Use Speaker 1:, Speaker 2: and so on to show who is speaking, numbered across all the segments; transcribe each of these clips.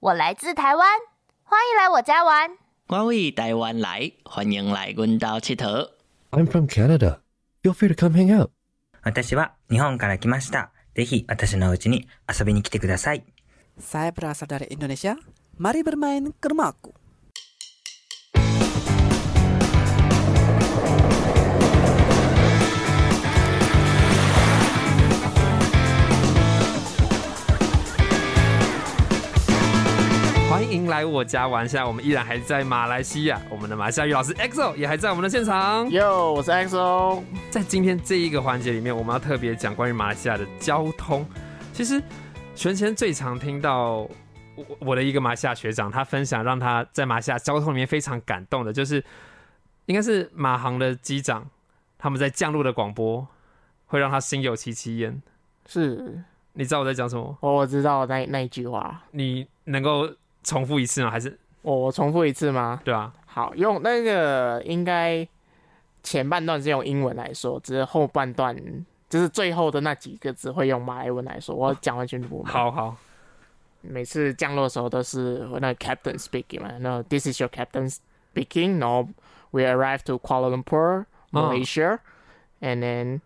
Speaker 1: 我来自台湾，欢迎来我家玩。
Speaker 2: 我为台湾来，欢迎来阮兜佚佗。
Speaker 3: I'm from Canada. Feel free to come hang out.
Speaker 4: 私は日本から来ました。ぜひ私の家に遊びに来てください。
Speaker 5: Saya berasal dari Indonesia. Mari bermain ke rumahku.
Speaker 6: h 欢迎来我家玩。现在我们依然还在马来西亚，我们的马来西亚语老师 EXO 也还在我们的现场。
Speaker 7: 哟，我是 XO。
Speaker 6: 在今天这一个环节里面，我们要特别讲关于马来西亚的交通。其实，玄谦最常听到我我的一个马来西亚学长，他分享让他在马来西亚交通里面非常感动的，就是应该是马航的机长他们在降落的广播，会让他心有戚戚焉。
Speaker 7: 是，
Speaker 6: 你知道我在讲什么？
Speaker 7: 我我知道那那一句话，
Speaker 6: 你能够重复一次吗？还是
Speaker 7: 我我重复一次吗？
Speaker 6: 对啊？
Speaker 7: 好，用那个应该前半段是用英文来说，只是后半段就是最后的那几个字会用马来文来说。我讲完全部。，
Speaker 6: 好好，
Speaker 7: 每次降落的时候都是那个 captain speaking 嘛，那 this is your captain speaking。然后 we arrive to Kuala Lumpur,
Speaker 6: 嗯
Speaker 7: Malaysia,、and then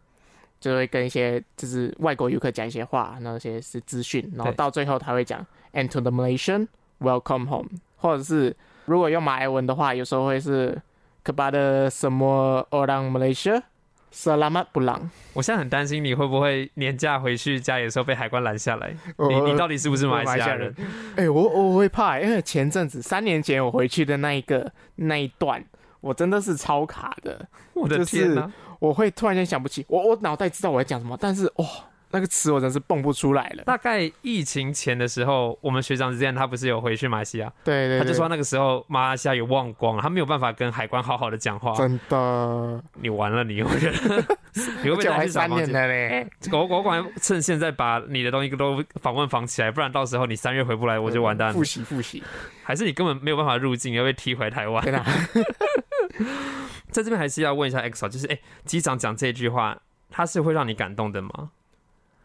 Speaker 7: 就会跟一些就是外国游客讲一些话，那些是资讯，然后
Speaker 6: 对
Speaker 7: 到最后他会讲 and to the Malaysian welcome home，或者是如果用马来文的话，有时候会是 kepada semua orang Malaysia selamat pulang。
Speaker 6: 我现在很担心你会不会年假回去家里的时候被海关拦下来？你你到底是不是马来西亚人？
Speaker 7: 哎、我我会怕、因为前阵子三年前我回去的那一个那一段，我真的是超卡的，
Speaker 6: 我的
Speaker 7: 就是
Speaker 6: 天哪、
Speaker 7: 我会突然间想不起，我我脑袋知道我在讲什么，但是哇、那个词我真是蹦不出来了。
Speaker 6: 大概疫情前的时候，我们学长之前他不是有回去马来西亚，
Speaker 7: 对对对，
Speaker 6: 他就说那个时候马来西亚也忘光了，他没有办法跟海关好好的讲话。
Speaker 7: 真的，
Speaker 6: 你完 了，你我觉得你会
Speaker 7: 而
Speaker 6: 被
Speaker 7: 且
Speaker 6: 带
Speaker 7: 我还
Speaker 6: 去扫
Speaker 7: 三
Speaker 6: 房
Speaker 7: 年
Speaker 6: 间。
Speaker 7: 了嘞，
Speaker 6: 我我管趁现在把你的东西都访问房起来，不然到时候你三月回不来，我就完蛋了
Speaker 7: 复。习复习，
Speaker 6: 还是你根本没有办法入境，你要被踢回台湾。
Speaker 7: 天哪，
Speaker 6: 在这边还是要问一下 X 就是哎，机、长讲这句话，他是会让你感动的吗？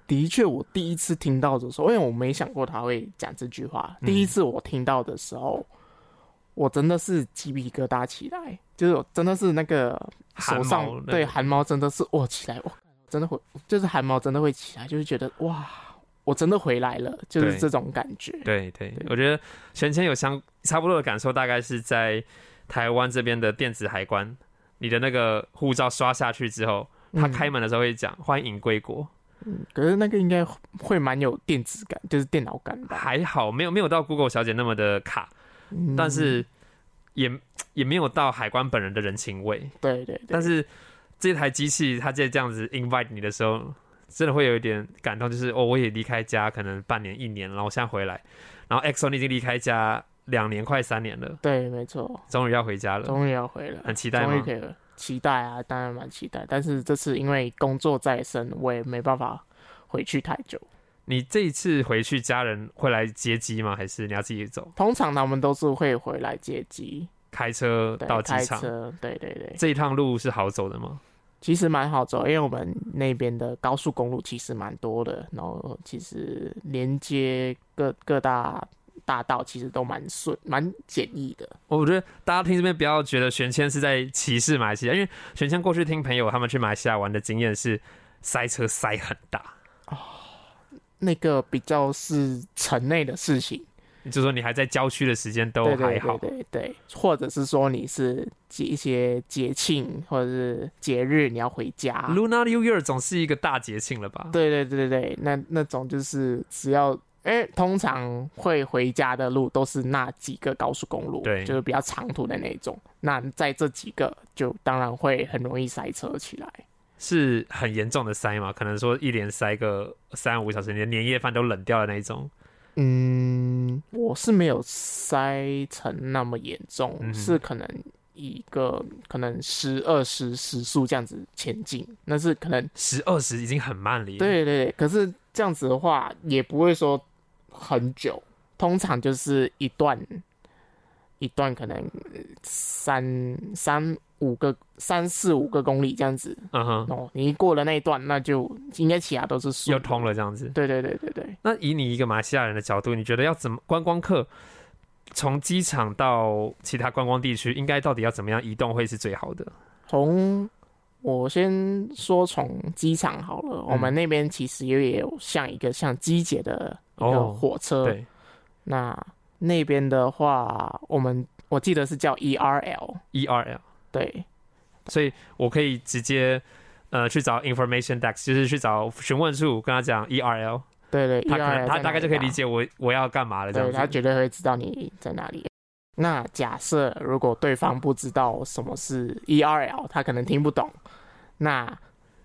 Speaker 7: 的确，我第一次听到的时候，因为我没想过他会讲这句话。
Speaker 6: 嗯
Speaker 7: 第一次我听到的时候，我真的是鸡皮疙瘩起来，就是我真的是那个手
Speaker 6: 汗毛
Speaker 7: 上
Speaker 6: 那个
Speaker 7: 对汗毛真的是握起来，哇，真的会，就是汗毛真的会起来，就是觉得哇，我真的回来了，就是
Speaker 6: 对
Speaker 7: 这种感觉。
Speaker 6: 对对
Speaker 7: 对，
Speaker 6: 我觉得玄谦有相差不多的感受，大概是在台湾这边的电子海关，你的那个护照刷下去之后，
Speaker 7: 嗯
Speaker 6: 他开门的时候会讲“欢迎归国
Speaker 7: 可是那个应该会蛮有电子感，就是电脑感”，吧。
Speaker 6: 还好没有没有到 Google 小姐那么的卡，
Speaker 7: 嗯
Speaker 6: 但是也也没有到海关本人的人情味。
Speaker 7: 对对对，
Speaker 6: 但是这台机器它在这样子 invite 你的时候，真的会有一点感动，就是哦，我也离开家可能半年一年，然后我现在回来，然后 Exxon 已经离开家两年快三年了，
Speaker 7: 对，没错，
Speaker 6: 终于要回家了。
Speaker 7: 终于要回了。
Speaker 6: 很期待
Speaker 7: 终于
Speaker 6: 吗
Speaker 7: 可？以了，期待啊，当然蛮期待。但是这次因为工作在身，我也没办法回去太久。
Speaker 6: 你这一次回去，家人会来接机吗？还是你要自己走？
Speaker 7: 通常他们都是会回来接机，
Speaker 6: 开车
Speaker 7: 对，
Speaker 6: 到机
Speaker 7: 开
Speaker 6: 场，
Speaker 7: 车，对对对，
Speaker 6: 这一趟路是好走的吗？
Speaker 7: 其实蛮好走，因为我们那边的高速公路其实蛮多的，然后其实连接各各大大道其实都蛮顺，蛮简易的。
Speaker 6: 我觉得大家听这边不要觉得玄谦是在歧视马来西亚，因为玄谦过去听朋友他们去马来西亚玩的经验是塞车塞很大，
Speaker 7: 那个比较是城内的事情，
Speaker 6: 就说你还在郊区的时间都
Speaker 7: 对对
Speaker 6: 还
Speaker 7: 对
Speaker 6: 好，
Speaker 7: 对对，或者是说你是节一些节庆或者是节日你要回家，
Speaker 6: Lunar New Year 总是一个大节庆了吧？
Speaker 7: 啊对对对对对，那那种就是只要，因为通常会回家的路都是那几个高速公路，
Speaker 6: 对
Speaker 7: 就是比较长途的那种。那在这几个就当然会很容易塞车起来。
Speaker 6: 是很严重的塞嘛？可能说一连塞个三五小时，连年夜饭都冷掉的那一种。
Speaker 7: 嗯，我是没有塞成那么严重，
Speaker 6: 嗯哼
Speaker 7: 是可能一个可能十二十时速这样子前进，那是可能
Speaker 6: 十二十已经很慢了耶，
Speaker 7: 对对对，可是这样子的话也不会说很久，通常就是一段一段可能呃三三五个三四五个公里这样子
Speaker 6: 嗯哼，
Speaker 7: 哦，你一过了那一段，那就应该其他都是顺
Speaker 6: 又
Speaker 7: 的
Speaker 6: 通了这样子。
Speaker 7: 对对对对对，
Speaker 6: 那以你一个马来西亚人的角度，你觉得要怎么观光客从机场到其他观光地区，应该到底要怎么样移动会是最好的？
Speaker 7: 从我先说从机场好了，
Speaker 6: 嗯
Speaker 7: 我们那边其实也有像一个像机姐的一个
Speaker 6: 哦
Speaker 7: 火车，
Speaker 6: 对，
Speaker 7: 那那边的话，我们我记得是叫 ERL，
Speaker 6: E R L，
Speaker 7: 对
Speaker 6: 所以我可以直接呃去找 information desk，就是去找询问处，跟他讲 E R L，
Speaker 7: 对对
Speaker 6: 他可能
Speaker 7: ，ERL
Speaker 6: 他
Speaker 7: 在
Speaker 6: 大概
Speaker 7: 哪
Speaker 6: 就可以
Speaker 7: 里
Speaker 6: 理
Speaker 7: 啊，
Speaker 6: 解我我要干嘛了这
Speaker 7: 对他
Speaker 6: 样子。
Speaker 7: 绝对会知道你在哪里。那假设如果对方不知道什么是 ERL，他可能听不懂，那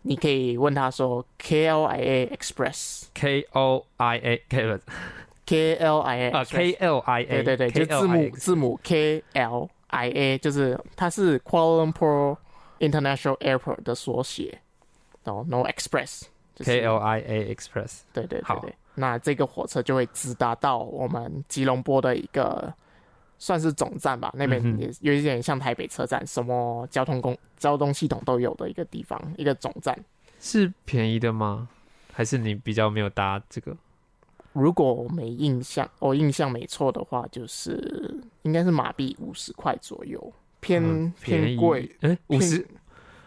Speaker 7: 你可以问他说 KLIA Express。
Speaker 6: K O I A K 不是
Speaker 7: K L I A
Speaker 6: 呃 K L I A，
Speaker 7: 对对对，就
Speaker 6: K
Speaker 7: 字
Speaker 6: L I
Speaker 7: 母
Speaker 6: A
Speaker 7: 字母 K L I A，就是它是 Kuala Lumpur International Airport 的缩写，然后 No Express，就是
Speaker 6: K L I A Express。
Speaker 7: 对对对
Speaker 6: 好
Speaker 7: 对，那这个火车就会直达到我们吉隆坡的一个算是总站吧，那边
Speaker 6: 嗯哼
Speaker 7: 也有一点像台北车站，什么交通公交通系统都有的一个地方，一个总站。
Speaker 6: 是便宜的吗？还是你比较没有搭这个？
Speaker 7: 如果我没印象，我、印象没错的话，就是应该是马币五十块左右，偏、
Speaker 6: 嗯
Speaker 7: 偏贵，，
Speaker 6: 哎，五十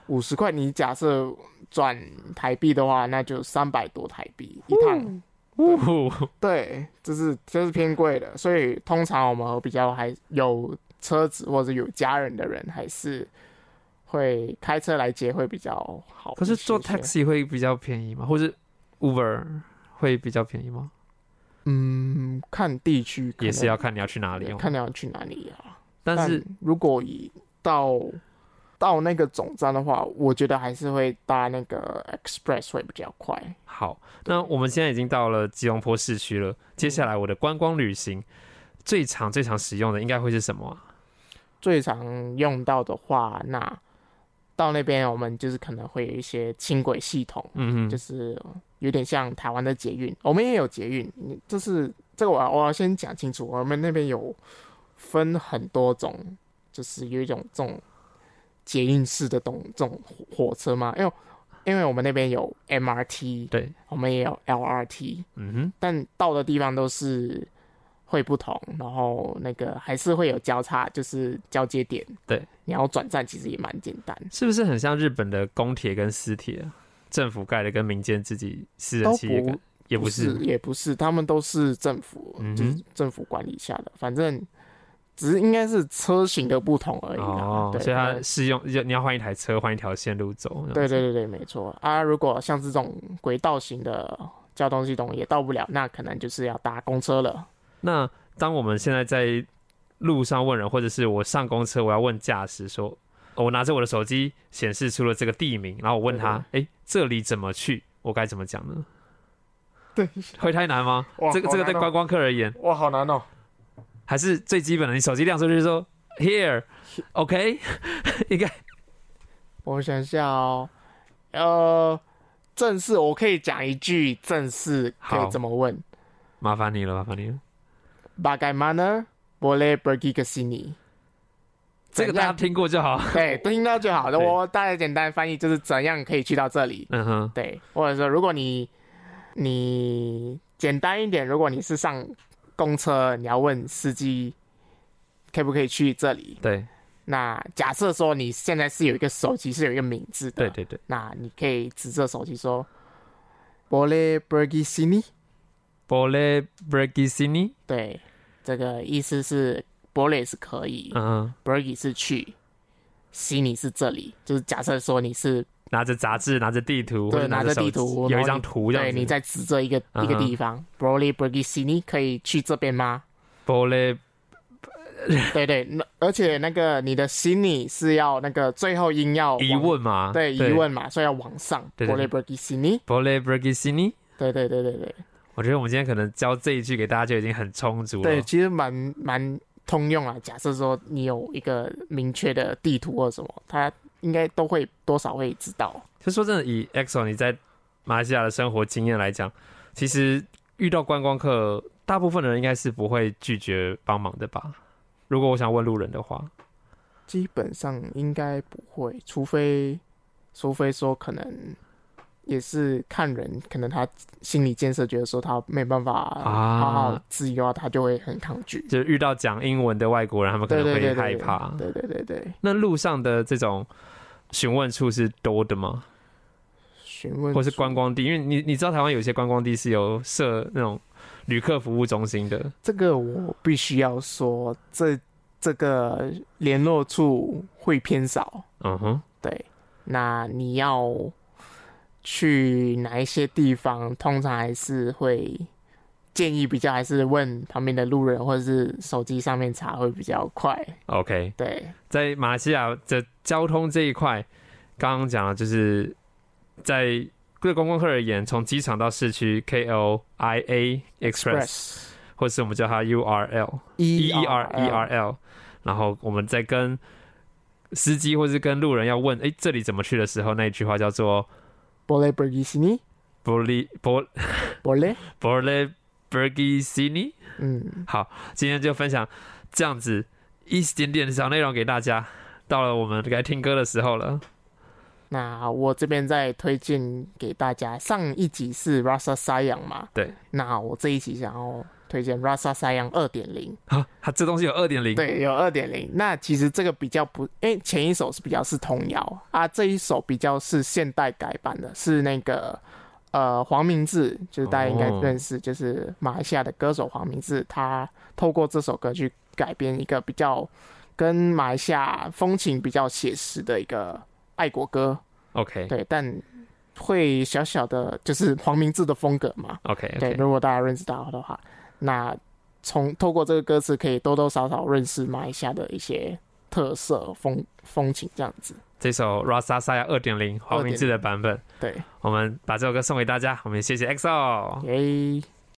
Speaker 7: 五十块。你假设转台币的话，那就三百多台币一趟。
Speaker 6: 五，
Speaker 7: 对，这是这是偏贵的，所以通常我们比较还有车子或者有家人的人，还是会开车来接会比较好一
Speaker 6: 可
Speaker 7: 些些。
Speaker 6: 是坐 taxi 会比较便宜吗？或是 Uber 会比较便宜吗？
Speaker 7: 嗯，看地区可
Speaker 6: 也是
Speaker 7: 能
Speaker 6: 要看你要去哪里哦。
Speaker 7: 看你要去哪里啊。
Speaker 6: 但是
Speaker 7: 如果以到到那个总站的话，我觉得还是会搭那个 express 会比较快。
Speaker 6: 好，那我们现在已经到了吉隆坡市区了，接下来我的观光旅
Speaker 7: 嗯
Speaker 6: 行最常最常使用的应该会是什么啊？
Speaker 7: 最常用到的话，那到那边我们就是可能会有一些轻轨系统，
Speaker 6: 嗯
Speaker 7: 就
Speaker 6: 哼，
Speaker 7: 是有点像台湾的捷运，我们也有捷运，你就是这个我要我要先讲清楚，我们那边有分很多种，就是有一种这种捷运式的东这种火火车嘛，因为因为我们那边有 MRT，
Speaker 6: 对，
Speaker 7: 我们也有 LRT，
Speaker 6: 嗯哼，
Speaker 7: 但到的地方都是会不同，然后那个还是会有交叉，就是交接点。
Speaker 6: 对，
Speaker 7: 你要转站其实也蛮简单，
Speaker 6: 是不是很像日本的公铁跟私铁啊？政府盖的跟民间自己私人
Speaker 7: 都
Speaker 6: 企业
Speaker 7: 不
Speaker 6: 盖也不是，
Speaker 7: 也不是，他们都是政府，
Speaker 6: 嗯哼
Speaker 7: 就是政府管理下的，反正只是应该是车型的不同而已啦。
Speaker 6: 哦，
Speaker 7: 对，
Speaker 6: 所以它
Speaker 7: 嗯
Speaker 6: 是用就你要换一台车，换一条线路走。这样
Speaker 7: 对
Speaker 6: 子
Speaker 7: 对对对，没错啊。如果像这种轨道型的交通系统也到不了，那可能就是要搭公车了。
Speaker 6: 那当我们现在在路上问人，或者是我上公车，我要问驾驶说，哦我拿着我的手机显示出了这个地名，然后我问他，哎、这里怎么去？我该怎么讲呢？
Speaker 7: 对，
Speaker 6: 会太难吗？
Speaker 7: 哇
Speaker 6: 这个
Speaker 7: 好
Speaker 6: 这个
Speaker 7: 难
Speaker 6: 对
Speaker 7: 哦
Speaker 6: 观光客而言，
Speaker 7: 哇，好难哦！
Speaker 6: 还是最基本的，你手机亮出去就说 here，OK，、应 该
Speaker 7: 我想一下哦，呃，正式我可以讲一句正式可
Speaker 6: 好
Speaker 7: 以怎么问
Speaker 6: 麻烦你了，麻烦你了。
Speaker 7: ？Bagaimana boleh pergi ke sini？
Speaker 6: 这个大家
Speaker 7: 怎样
Speaker 6: 听过就好。
Speaker 7: 对哎听到就好了。
Speaker 6: 对
Speaker 7: 我大概简单翻译就是怎样可以去到这里？
Speaker 6: 嗯哼，
Speaker 7: 对，或者说如果你你简单一点，如果你是上公车，你要问司机可不可以去这里？
Speaker 6: 对
Speaker 7: 那假设说你现在是有一个手机是有一个名字
Speaker 6: 对
Speaker 7: 的，
Speaker 6: 对对
Speaker 7: 那你可以指着手机说 “Boleh pergi sini”。
Speaker 6: ，Boleh b r e g i s i n i
Speaker 7: 对，这个意思是 “Boleh” 是可以、
Speaker 6: 嗯哼，
Speaker 7: b e r g i 是去，“sini” 是这里。就是假设说你是
Speaker 6: 拿着杂志，拿着地图，或
Speaker 7: 对
Speaker 6: 者
Speaker 7: 拿
Speaker 6: 着
Speaker 7: 着
Speaker 6: 手
Speaker 7: 地
Speaker 6: 机
Speaker 7: 图，
Speaker 6: 有
Speaker 7: 然
Speaker 6: 一
Speaker 7: 后
Speaker 6: 张
Speaker 7: 你
Speaker 6: 图这样
Speaker 7: 对，
Speaker 6: 子。
Speaker 7: 你在指着一个、一
Speaker 6: 嗯
Speaker 7: 个
Speaker 6: 哼
Speaker 7: 地方，“Boleh pergi sini” 可以去这边吗？
Speaker 6: Boleh
Speaker 7: 对对，那而且那个你的 “sini” 是要那个最后音要
Speaker 6: 疑
Speaker 7: 往，
Speaker 6: 问嘛？
Speaker 7: 对疑。问嘛，所以要往上。
Speaker 6: 对对
Speaker 7: “Boleh
Speaker 6: 对
Speaker 7: pergi sini”。
Speaker 6: Boleh b e r g i s i n i
Speaker 7: 对对对对对。
Speaker 6: 我觉得我们今天可能教这一句给大家就已经很充足
Speaker 7: 对，
Speaker 6: 了。
Speaker 7: 其实蛮蛮通用啊。假设说你有一个明确的地图或者什么，他应该都会多少会知道。
Speaker 6: 就说真的，以 EXO 你在马来西亚的生活经验来讲，其实遇到观光客，大部分的人应该是不会拒绝帮忙的吧？如果我想问路人的话，
Speaker 7: 基本上应该不会，除非除非说可能也是看人，可能他心理建设觉得说他没办法
Speaker 6: 啊
Speaker 7: 好好自由啊，他就会很抗拒。
Speaker 6: 就是遇到讲英文的外国人，他们可
Speaker 7: 对
Speaker 6: 能
Speaker 7: 对
Speaker 6: 会
Speaker 7: 对
Speaker 6: 害
Speaker 7: 对，
Speaker 6: 怕。
Speaker 7: 对对对对，
Speaker 6: 那路上的这种询问处是多的吗？
Speaker 7: 询问
Speaker 6: 或是
Speaker 7: 出
Speaker 6: 观光地？因为你你知道台湾有些观光地是有设那种旅客服务中心的，
Speaker 7: 这个我必须要说，这这个联络处会偏少。
Speaker 6: 嗯哼，
Speaker 7: 对，那你要去哪一些地方，通常还是会建议比较还是问旁边的路人或者是手机上面查会比较快。
Speaker 6: ，OK，
Speaker 7: 对，
Speaker 6: 在马来西亚的交通这一块，刚刚讲了，就是在对观光客而言，从机场到市区 K L I A Express，
Speaker 7: Express
Speaker 6: 或是我们叫它 U R L E E R E R L，然后我们在跟司机或是跟路人要问，哎、这里怎么去的时候，那一句话叫做
Speaker 7: Boleh pergi sini
Speaker 6: b o l e b o
Speaker 7: Boleh，
Speaker 6: b o l e b e r g i s i n i
Speaker 7: 嗯，
Speaker 6: 今天就分享这样子一点点的小内容给大家。到了我们该听歌的时候了。
Speaker 7: 那我这边再推荐给大家，上一集是 Rasa Sayang 嘛，
Speaker 6: 对，
Speaker 7: 那我这一集想要推荐 Rasa Sayang 二点零。
Speaker 6: 啊，它这东西有二点零，
Speaker 7: 对，有二点零。那其实这个比较不，因为前一首是比较是童谣啊，这一首比较是现代改版的，是那个呃黄明志，就是大家应该
Speaker 6: 哦
Speaker 7: 认识，就是马来西亚的歌手黄明志，他透过这首歌去改编一个比较跟马来西亚风情比较写实的一个爱国歌，
Speaker 6: ，OK
Speaker 7: 对，但会小小的就是黄明志的风格嘛，
Speaker 6: OK
Speaker 7: 对，
Speaker 6: OK，
Speaker 7: 如果大家认识到的话，那从透过这个歌词，可以多多少少认识马来西亚的一些特色风风情这样子。
Speaker 6: 这首 Rasa Saya 二点零黄明志的版本，
Speaker 7: 对，
Speaker 6: 我们把这首歌送给大家，我们谢谢 XO。
Speaker 7: 耶、